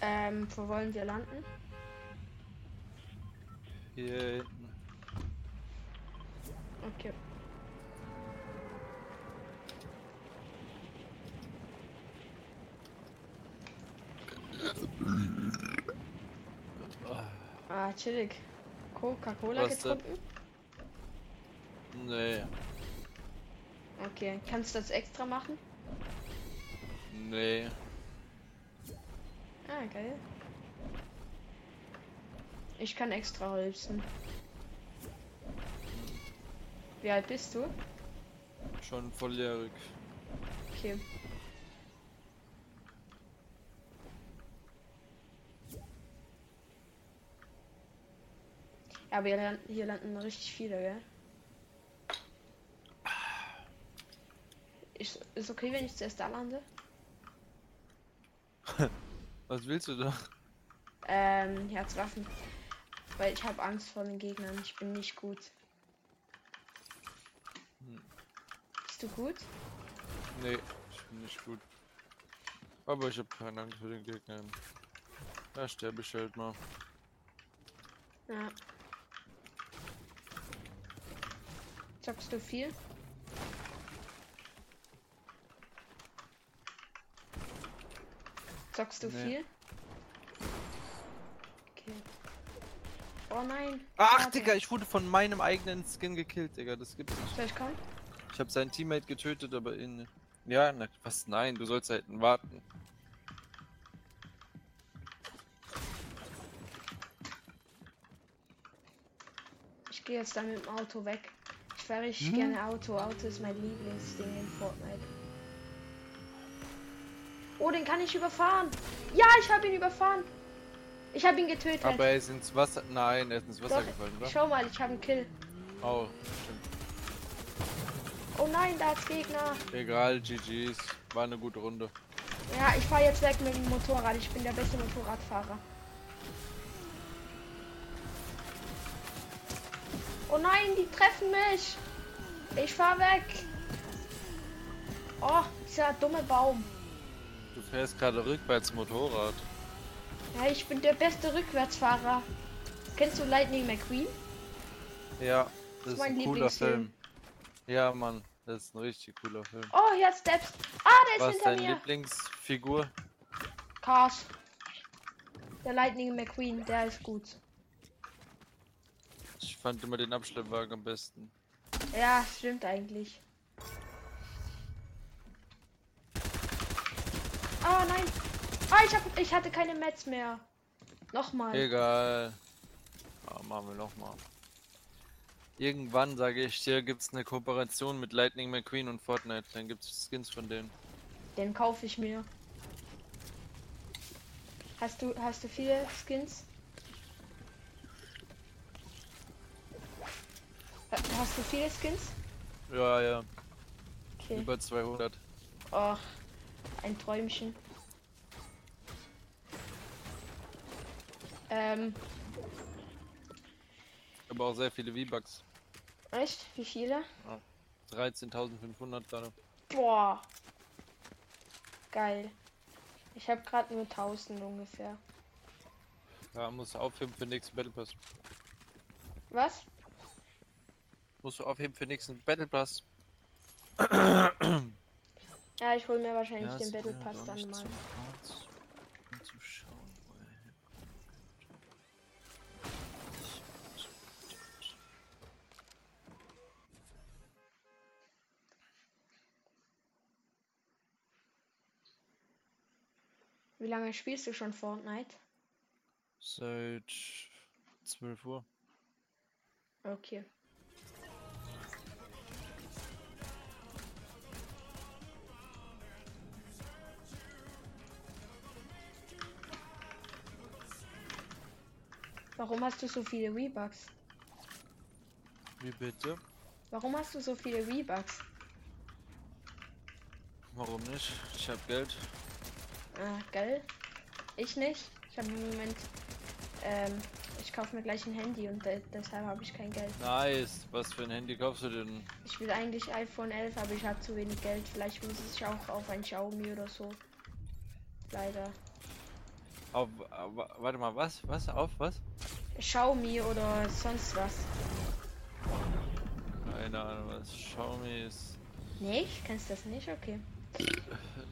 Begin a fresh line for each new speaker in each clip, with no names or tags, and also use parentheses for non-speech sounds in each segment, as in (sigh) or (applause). Ähm, wo wollen wir landen?
Hier hinten.
Okay. Ah, chillig. Coca-Cola
Was denn?
getrunken?
Nee,
Okay, kannst du das extra machen?
nee.
Ah, geil. Ich kann extra holzen. Wie alt bist du?
Schon volljährig.
Okay. Ja, Aber hier landen, hier landen richtig viele, gell? Ist, ist okay, wenn ich zuerst da lande?
Was willst du da?
Ähm, Herzwaffen. Weil ich habe Angst vor den Gegnern. Ich bin nicht gut.
Hm.
Bist du gut?
Nee, ich bin nicht gut. Aber ich habe keine Angst vor den Gegnern. Da sterbe ich halt mal.
Ja. Zockst du viel? Zockst du
Nee.
viel? Okay. Oh nein.
Ach,
Warte.
Digga, ich wurde von meinem eigenen Skin gekillt, Digga. Das gibt's nicht.
Soll ich kommen?
Ich habe seinen Teammate getötet, aber ihn. Ja, na, was? Nein, du sollst halt warten.
Ich gehe jetzt dann mit dem Auto weg. Ich fahre richtig
Hm?
gerne Auto. Auto ist mein Lieblingsding in Fortnite. Oh, den kann ich überfahren. Ja, ich habe ihn überfahren. Ich habe ihn getötet.
Aber er ist ins Wasser. Nein, er ist ins Wasser
Doch,
gefallen, oder?
schau mal, ich habe einen Kill.
Oh, stimmt.
Oh nein, da ist Gegner.
Egal, GG's. War eine gute Runde.
Ja, ich fahre jetzt weg mit dem Motorrad. Ich bin der beste Motorradfahrer. Oh nein, die treffen mich. Ich fahre weg. Oh, dieser dumme Baum.
Du fährst gerade rückwärts Motorrad.
Ja, ich bin der beste Rückwärtsfahrer. Kennst du Lightning McQueen?
Ja, das ist
mein
ein cooler
Lieblingsfilm.
Film. Ja, Mann, das ist ein richtig cooler Film.
Oh, hier hat Steps. Ah, der ist
Was ist
hinter
deine
mir.
Lieblingsfigur?
Cars. Der Lightning McQueen, der ist gut.
Ich fand immer den Abschleppwagen am besten.
Ja, stimmt eigentlich. Ah, nein. Ah, ich, hab, ich hatte keine Mets mehr. Nochmal.
Egal. Ah, machen wir nochmal. Irgendwann, sage ich dir, gibt's eine Kooperation mit Lightning McQueen und Fortnite. Dann gibt's Skins von denen.
Den kaufe ich mir. Hast du, hast du viele Skins? Ha- Hast du viele Skins?
Ja, ja,
Okay.
über 200.
Och, ein Träumchen. Ähm,
Aber auch sehr viele V-Bucks.
echt? Wie viele?
13.500 gerade.
Boah. Geil. Ich habe gerade nur 1000 ungefähr.
Ja, musst du aufheben für den nächsten Battle Pass.
Was?
Musst du aufheben für den nächsten Battle Pass.
Ja, ich hole mir wahrscheinlich
Ja,
den
ist
Battle
mir
Pass
doch
dann
nicht
mal.
zum Arzt, um zu schauen, wo er herkommt.
Wie lange spielst du schon Fortnite?
Seit 12 Uhr.
Okay. Warum hast du so viele V-Bucks?
Wie bitte?
Warum hast du so viele V-Bucks?
Warum nicht? Ich hab Geld.
Ah, geil. Ich nicht. Ich habe im Moment. Ähm, ich kaufe mir gleich ein Handy und de deshalb habe ich kein Geld.
Nice. Was für ein Handy kaufst du denn?
Ich will eigentlich iPhone 11, aber ich habe zu wenig Geld. Vielleicht muss ich auch auf ein Xiaomi oder so. Leider.
Auf, auf, warte mal, was? Was? Auf was?
Xiaomi oder sonst was.
Keine Ahnung, was Xiaomi ist.
Nicht? Kannst das nicht? Okay.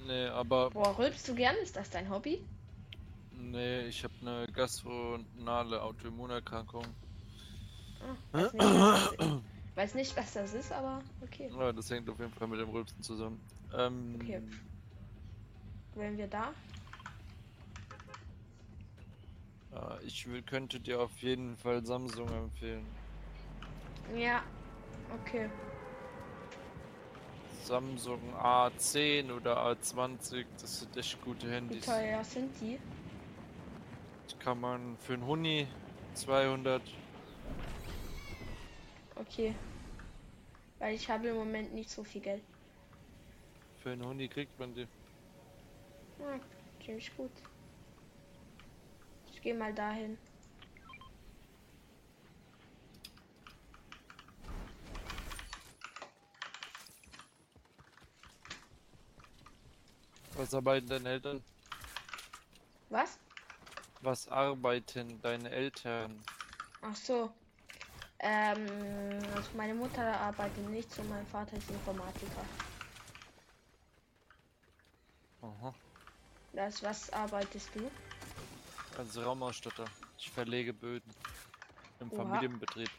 Nee, aber
Boah, rülpst du gern? Ist das dein Hobby?
nee, ich habe eine gastronale Autoimmunerkrankung.
Ah, weiß, nicht, was das ist. weiß nicht, was das ist, aber okay.
Ja, das hängt auf jeden Fall mit dem Rülpsen zusammen. Ähm,
Okay. Wären wir da?
äh, ich will, könnte dir auf jeden Fall Samsung empfehlen.
Ja. Okay.
Samsung A10 oder A20, das sind echt gute
Wie
Handys.
teuer sind die?
Die kann man für einen Huni 200.
Okay. Weil ich habe im Moment nicht so viel Geld.
Für einen Huni kriegt man die.
Ah, ziemlich gut. Ich gehe mal dahin.
Was arbeiten deine Eltern?
Was?
Was arbeiten deine Eltern?
Ach so. Ähm, also meine Mutter arbeitet nicht und mein Vater ist Informatiker.
Aha.
Das, was arbeitest du?
Als Raumausstatter. Ich verlege Böden. Im
Oha.
Familienbetrieb.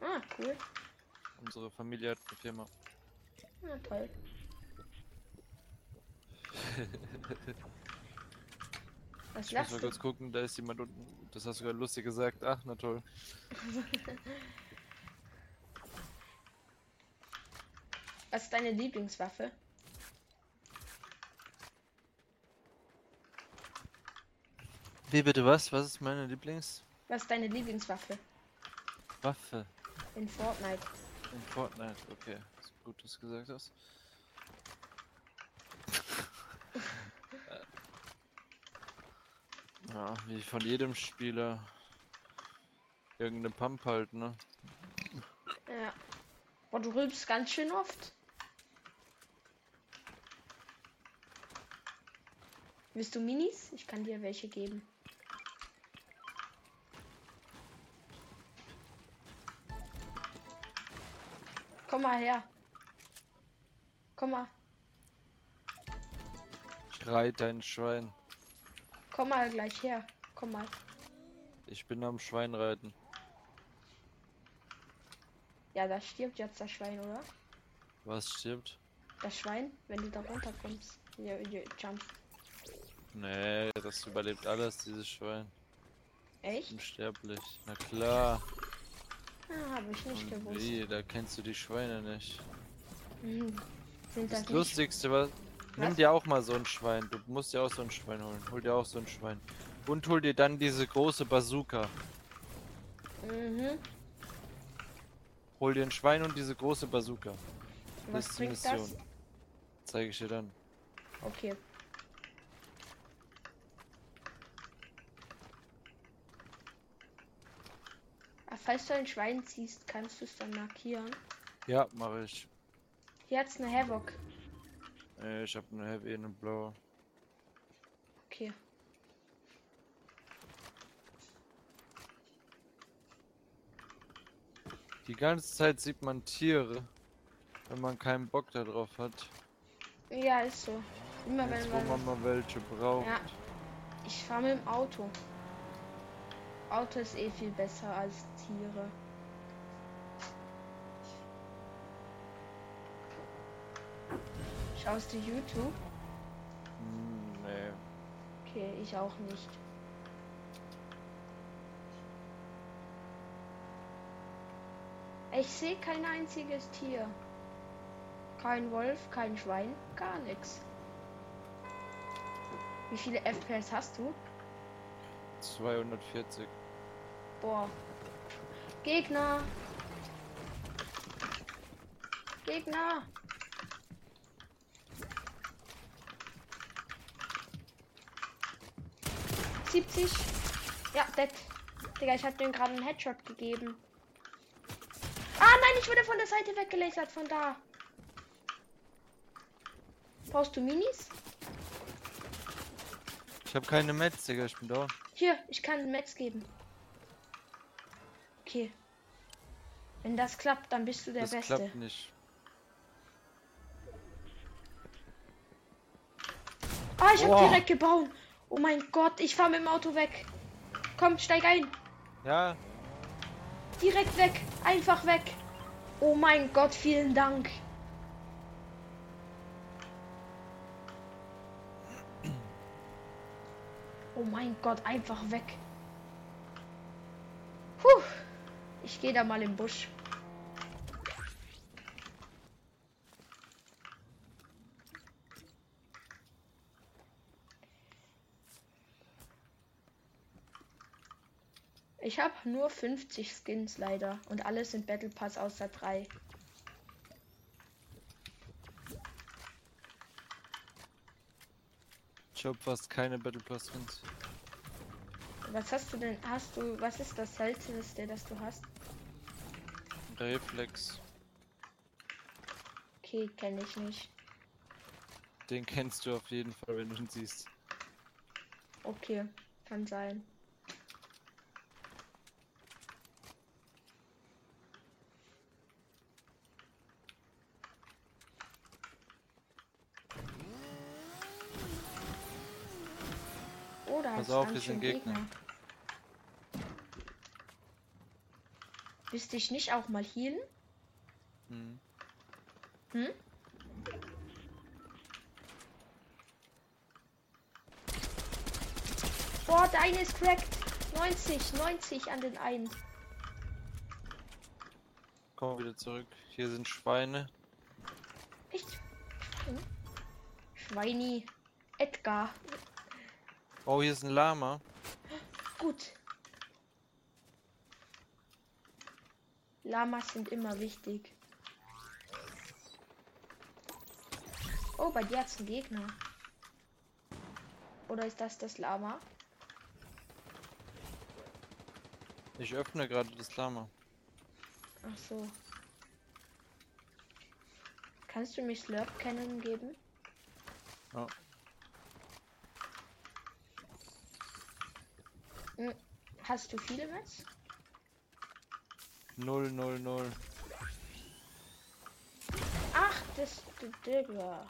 Ah, cool.
Unsere Familie hat eine Firma.
Na
(laughs)
toll. Was
Ich muss mal
lachst du?
kurz gucken, da ist jemand unten. Das hast du gerade lustig gesagt. Ach, na toll.
Was ist deine Lieblingswaffe?
Wie bitte was? Was ist meine Lieblingswaffe?
Was ist deine Lieblingswaffe in Fortnite?
In Fortnite, okay. Ist gut, dass du gesagt hast. Äh, ja, wie von jedem Spieler. Irgendeine Pump halt, ne?
Ja. Boah, du rülpst ganz schön oft. Willst du Minis? Ich kann dir welche geben. Komm mal her. Komm mal.
Schreit dein Schwein.
Komm mal gleich her. Komm mal.
Ich bin am Schwein reiten.
Ja, da stirbt jetzt das Schwein, oder?
Was stirbt?
Das Schwein, wenn du da runterkommst. Ja, ja, jump.
Nee, das überlebt alles, dieses Schwein.
Echt?
Unsterblich. Na klar.
Ah, habe ich nicht
Und
gewusst.
wie, da kennst du die Schweine nicht.
Mhm. Sind das
Das
nicht
Lustigste was. Nimm
Was?
dir auch mal so ein Schwein. Du musst dir auch so ein Schwein holen. Hol dir auch so ein Schwein. Und hol dir dann diese große Bazooka.
Mhm.
Hol dir ein Schwein und diese große Bazooka.
Was
ist die
bringt das?
Mission. Zeige ich dir dann.
Okay. Ah, falls du ein Schwein ziehst, kannst du es dann markieren.
Ja, mache ich.
Hier hat's eine Havoc.
Äh, Ich habe eine Heavy und eine blaue.
Okay.
Die ganze Zeit sieht man Tiere, wenn man keinen Bock darauf hat.
Ja, ist so. Immer
Jetzt,
wenn
wo
man.
man mal welche braucht.
Ja. Ich fahre mit dem Auto. Auto ist eh viel besser als Tiere. Schaust du YouTube?
Hm, nee.
Okay, ich auch nicht. Ich sehe kein einziges Tier. Kein Wolf, kein Schwein, gar nichts. Wie viele FPS hast du?
240.
Boah. Gegner! Gegner! Siebzig. Ja, dead. Digga, ich hab dem gerade einen Headshot gegeben. Ah nein, ich wurde von der Seite weggelasert, von da. Brauchst du Minis?
Ich habe keine Metz, Digga, ich bin da.
Hier, ich kann Max geben. Okay. Wenn das klappt, dann bist du der
das
Beste.
klappt nicht.
Ah, ich hab
Boah.
direkt gebaut. Oh mein Gott, ich fahr mit dem Auto weg. Komm, steig ein.
Ja,
Direkt weg. Einfach weg. Oh mein Gott, vielen Dank. Oh mein Gott, einfach weg. Puh. Ich gehe da mal im Busch. Ich habe nur 50 Skins leider und alles sind Battle Pass außer drei.
ich hab fast keine Battle Plus Skins.
Was hast du denn? Hast du, was ist das seltenste, das du hast?
Reflex,
Okay, kenne ich nicht.
den kennst du auf jeden Fall, wenn du ihn siehst.
Okay, kann sein. Oh, da
Pass
ist
auf,
ganz
hier sind
schön
Gegner.
Willst dich nicht auch mal healen?
Hm.
Hm? Boah, deine ist cracked. 90, 90 an den einen.
Komm wieder zurück. Hier sind Schweine.
Echt? Schwein? Schweini. Edgar.
Oh, hier ist ein Lama.
Gut. Lamas sind immer wichtig. Oh, bei dir hat's einen Gegner. Oder ist das das Lama?
Ich öffne gerade das Lama.
Ach so. Kannst du mich Slurp kennen geben?
Ja.
Hm, Hast du viele Mets?
Null, null, null.
Ach, das du Digga.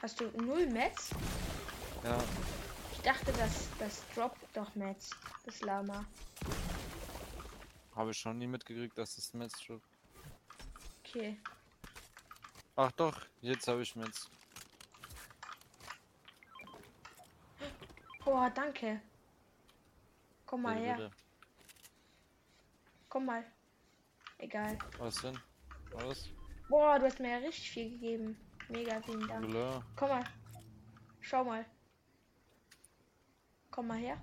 Hast du null Mets?
Ja,
Ich dachte, das, das droppt doch Mets. Das Lama.
habe ich schon nie mitgekriegt, dass es Metz schon.
Okay.
Ach doch, jetzt habe ich Metz.
Boah, danke. Komm mal
Bitte,
her.
bitte.
Komm mal. Egal.
Was denn? Was?
Boah, du hast mir ja richtig viel gegeben. Mega vielen Dank.
Bla.
Komm mal. Schau mal. Komm mal her.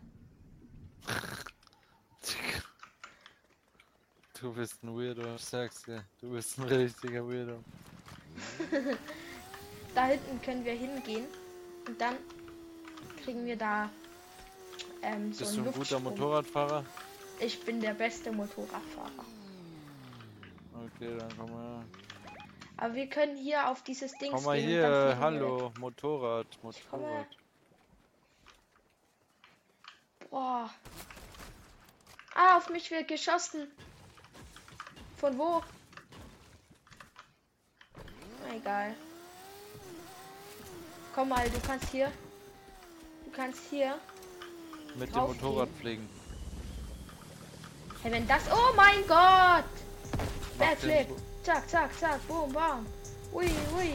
Du bist ein Weirdo, ich sag's dir. Du bist ein richtiger Weirdo.
Da hinten können wir hingehen. Und dann kriegen wir da ähm, so
Bist
einen
du ein guter
Luftsprung.
Motorradfahrer?
Ich bin der beste Motorradfahrer.
Okay, dann komm mal. her.
Aber wir können hier auf dieses Ding
Komm mal
gehen und dann
hier,
fliegen wir
hallo, Motorrad,
komme.
Motorrad.
weg. Boah. Ah, auf mich wird geschossen. Von wo? Na, Egal. Komm mal, du kannst hier. Du kannst hier.
Mit dem
draufgehen.
Motorrad fliegen.
Hey, wenn das. Oh mein Gott!
Mach den
Backflip!
Mo-
Zack, zack, zack, boom, bam. Ui, ui.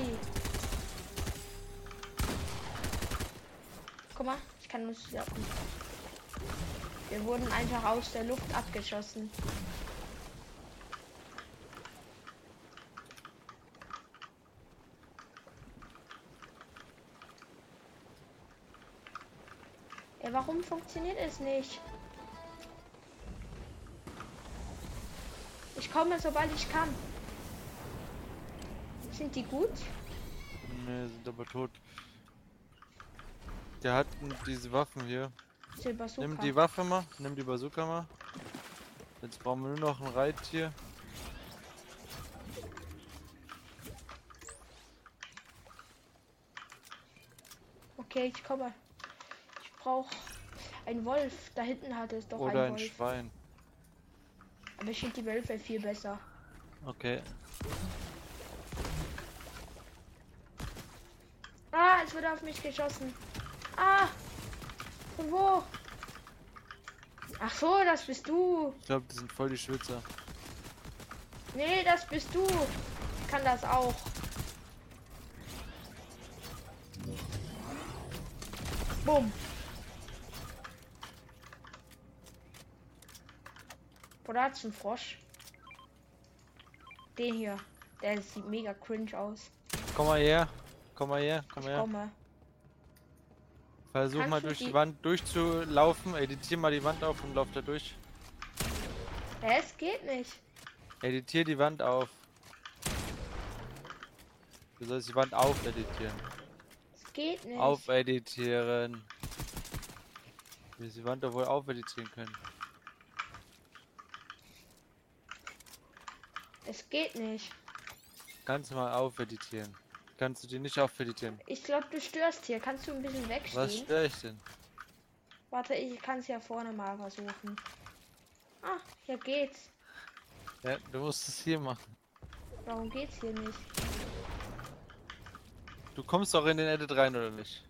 Guck mal, ich kann uns ja. Wir wurden einfach aus der Luft abgeschossen. Ja, warum funktioniert es nicht? Ich komme, sobald ich kann. Sind die gut?
Nee, sind aber tot. Der hat n- diese Waffen hier.
Silbersuka.
Nimm die Waffe mal, nimm die Bazooka mal. Jetzt brauchen wir nur noch ein Reittier.
Okay, ich komme. Ich brauche einen Wolf. Da hinten hat es doch
Oder
einen
ein
Wolf.
Schwein.
Aber ich finde die Wölfe viel besser.
Okay.
Ah, es wurde auf mich geschossen. Ah! Von wo? Ach so, das bist du.
Ich glaube, die sind voll die Schwitzer.
Nee, das bist du. Ich kann das auch. Bumm. Oder hat's einen Frosch? Den hier. Der sieht mega cringe aus.
Komm mal her. Komm mal her. Komm
Ich
mal her.
komme.
Versuch
Kannst
mal
du
durch die
die-
Wand durchzulaufen. Editier mal die Wand auf und lauf da durch.
Hä, Es geht nicht.
Editier die Wand auf. Du sollst die Wand aufeditieren.
Es geht nicht.
Aufeditieren. Wir die Wand doch wohl aufeditieren können.
Es geht nicht.
Kannst du mal aufeditieren. Kannst du die nicht aufeditieren?
Ich glaube, du störst hier. Kannst du ein bisschen
Was
wegstehen?
störe ich denn?
Warte, ich kann es ja vorne mal versuchen. Ah, hier geht's.
Ja, du musst es hier machen.
Warum geht's hier nicht?
Du kommst doch in den Edit rein, oder nicht?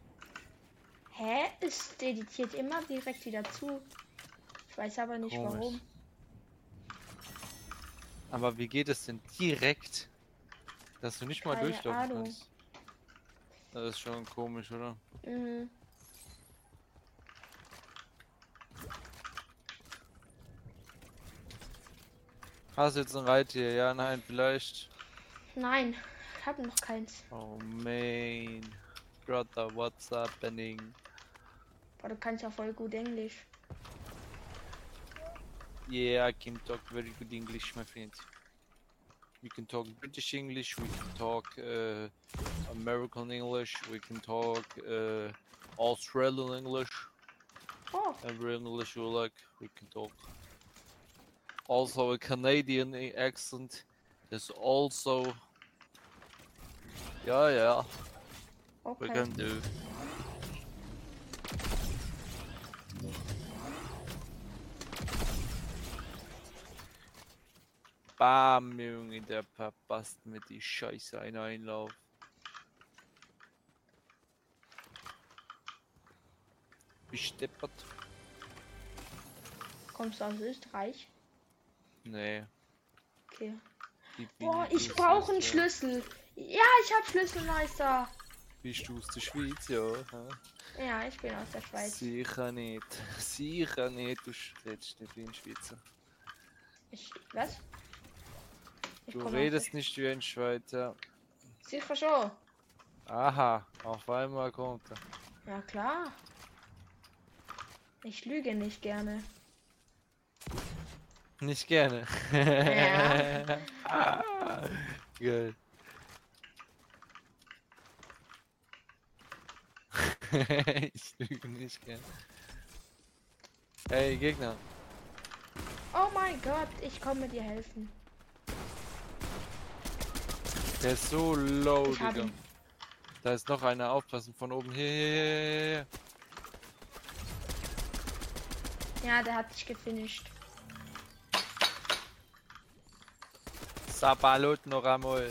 Hä? Es editiert immer direkt wieder zu. Ich weiß aber nicht
Komisch.
warum.
Aber wie geht es denn direkt, dass du nicht mal
Keine
durchlaufen
Ahnung.
kannst? Das ist schon komisch, oder?
Mhm.
Hast du jetzt ein Reittier? Ja, nein, vielleicht.
Nein, ich habe noch keins.
Oh man. Brother, what's happening?
Boah, du kannst ja voll gut Englisch.
Yeah, I can talk very good English, my friend. We can talk British English, we can talk uh, American English, we can talk uh, Australian English,
Oh,
every English you like, we can talk. Also a Canadian i- accent is also. Yeah, yeah, we
okay.
can do. Bam, Junge, der verpasst mir die Scheiße einen Einlauf. Besteppert.
Kommst du aus Österreich?
Nee.
Okay.
die äh,
Boah,
Bienen
ich
tust
brauche
es,
einen
ja.
Schlüssel. Ja, ich habe Schlüsselmeister.
Bist du aus der Schweiz, ja? hä?
Ja, ich bin aus der Schweiz.
Sicher nicht. (laughs) Sicher nicht, du sch- redest nicht wie ein Schweizer.
Ich, was? Ich
Du
komm aus der
redest nicht wie ein Schweizer.
Sch- Sicher schon.
Aha, auf einmal kommt er.
Ja klar. Ich lüge nicht gerne.
Nicht gerne.
Ja.
Ah, (laughs) Geil. (laughs) ich lüge nicht gerne. Hey, Gegner.
Oh mein Gott, ich komme dir helfen.
Der ist so low,
Ich hab
Digga.
ihn.
Da ist noch einer, aufpassen von oben. Hier, hier, hier, hier.
Ja, der hat dich gefinisht.
Sabalut noch einmal.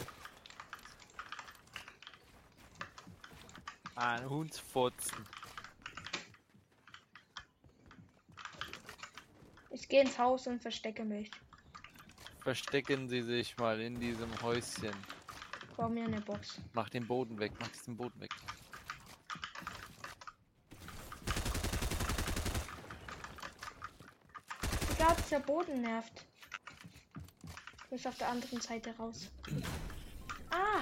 Ein Hundsfotzen.
Ich gehe ins Haus und verstecke mich.
Verstecken Sie sich mal in diesem Häuschen.
Vor mir eine Box.
Mach den Boden weg, mach diesen Boden weg.
Ich glaube, der Boden nervt. Du bist auf der anderen Seite raus. Ah!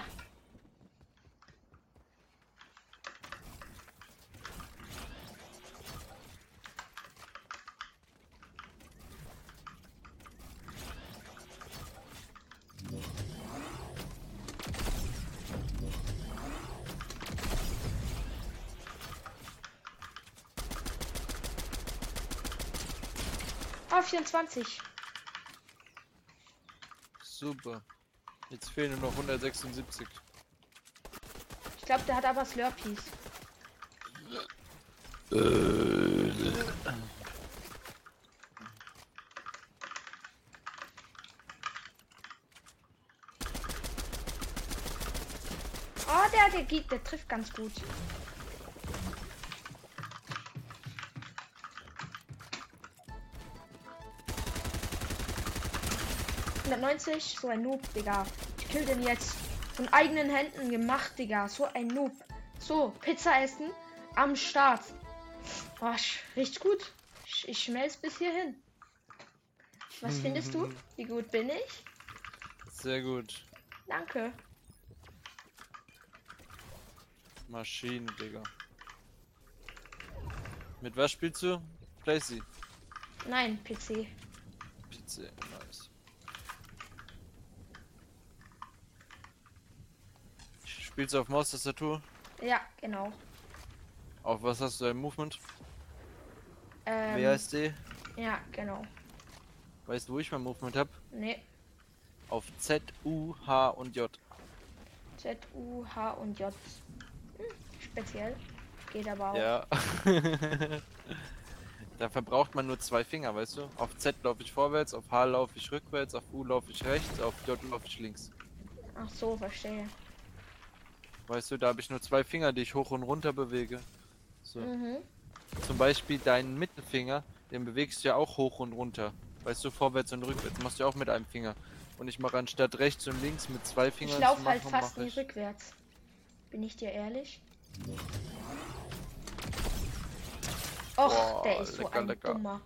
Ah, 24.
Super. Jetzt fehlen nur noch 176.
Ich glaube, der hat aber Slurpees. Oh, Oh, der, der geht, der trifft ganz gut. ...190, so ein Noob, Digga. Ich kill den jetzt. Von eigenen Händen gemacht, Digga. So ein Noob. So, Pizza essen. Am Start. Boah, sch- riecht gut. Ich, ich schmelz bis hierhin. Was findest du? Wie gut bin ich?
Sehr gut.
Danke.
Maschinen, Digga. Mit was spielst du? Playsee.
Nein, PC.
PC, nice. Spielst du auf Maustastatur?
Ja, genau.
Auf was hast du dein Movement?
Ähm,
WASD?
Ja, genau.
Weißt du, wo ich mein Movement hab?
Nee.
Auf Z, U, H und J.
Z, U, H und J. Hm, speziell. Geht aber auch.
Ja. (laughs) da verbraucht man nur zwei Finger, weißt du? Auf Z laufe ich vorwärts, auf H laufe ich rückwärts, auf U laufe ich rechts, auf J laufe ich links.
Ach so, verstehe.
Weißt du, da habe ich nur zwei Finger, die ich hoch und runter bewege. So.
Mhm.
Zum Beispiel deinen Mittelfinger, den bewegst du ja auch hoch und runter. Weißt du, vorwärts und rückwärts machst du ja auch mit einem Finger. Und ich mache anstatt rechts und links mit zwei
Ich
Fingern. zu
laufe halt
machen,
fast
mach
nie
ich-
rückwärts. Bin ich dir ehrlich? Och,
Boah,
der ist so
lecker,
ein
lecker.
dummer.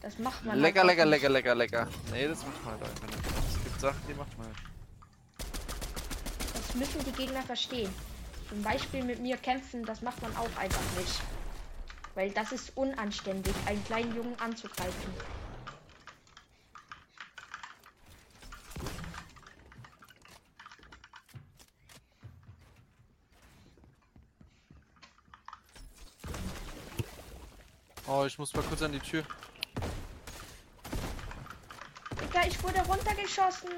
Das macht man.
Lecker,
halt auch
lecker,
nicht.
lecker, lecker, lecker. Nee, das macht man halt einfach nicht. Es gibt Sachen, die macht man. halt. nicht.
Das müssen die Gegner verstehen. Zum Beispiel mit mir kämpfen, das macht man auch einfach nicht. Weil das ist unanständig, einen kleinen Jungen anzugreifen.
Oh, ich muss mal kurz an die Tür.
Digga, ich wurde runtergeschossen.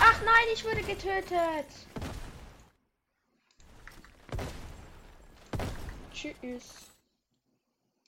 Ach nein, ich wurde getötet. Tschüss.